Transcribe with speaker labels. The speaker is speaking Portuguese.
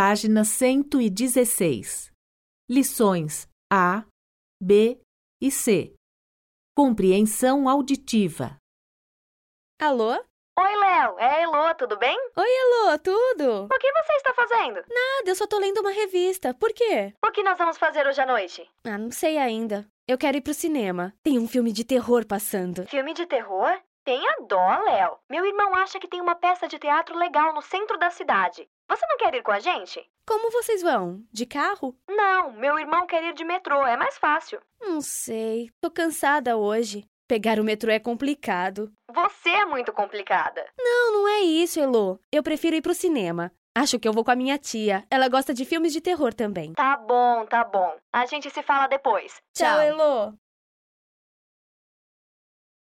Speaker 1: Página 116. Lições A, B e C. Compreensão auditiva.
Speaker 2: Alô?
Speaker 3: Oi, Léo. É a Elô, tudo bem?
Speaker 2: Oi, Elô, tudo?
Speaker 3: O que você está fazendo?
Speaker 2: Nada, eu só tô lendo uma revista. Por quê?
Speaker 3: O que nós vamos fazer hoje à noite?
Speaker 2: Ah, não sei ainda. Eu quero ir pro cinema. Tem um filme de terror passando.
Speaker 3: Filme de terror? Tenha dó, Léo. Meu irmão acha que tem uma peça de teatro legal no centro da cidade. Você não quer ir com a gente?
Speaker 2: Como vocês vão? De carro?
Speaker 3: Não, meu irmão quer ir de metrô, é mais fácil.
Speaker 2: Não sei. Tô cansada hoje. Pegar o metrô é complicado.
Speaker 3: Você é muito complicada.
Speaker 2: Não, não é isso, Elô. Eu prefiro ir pro cinema. Acho que eu vou com a minha tia. Ela gosta de filmes de terror também.
Speaker 3: Tá bom, tá bom. A gente se fala depois.
Speaker 2: Tchau, Elô.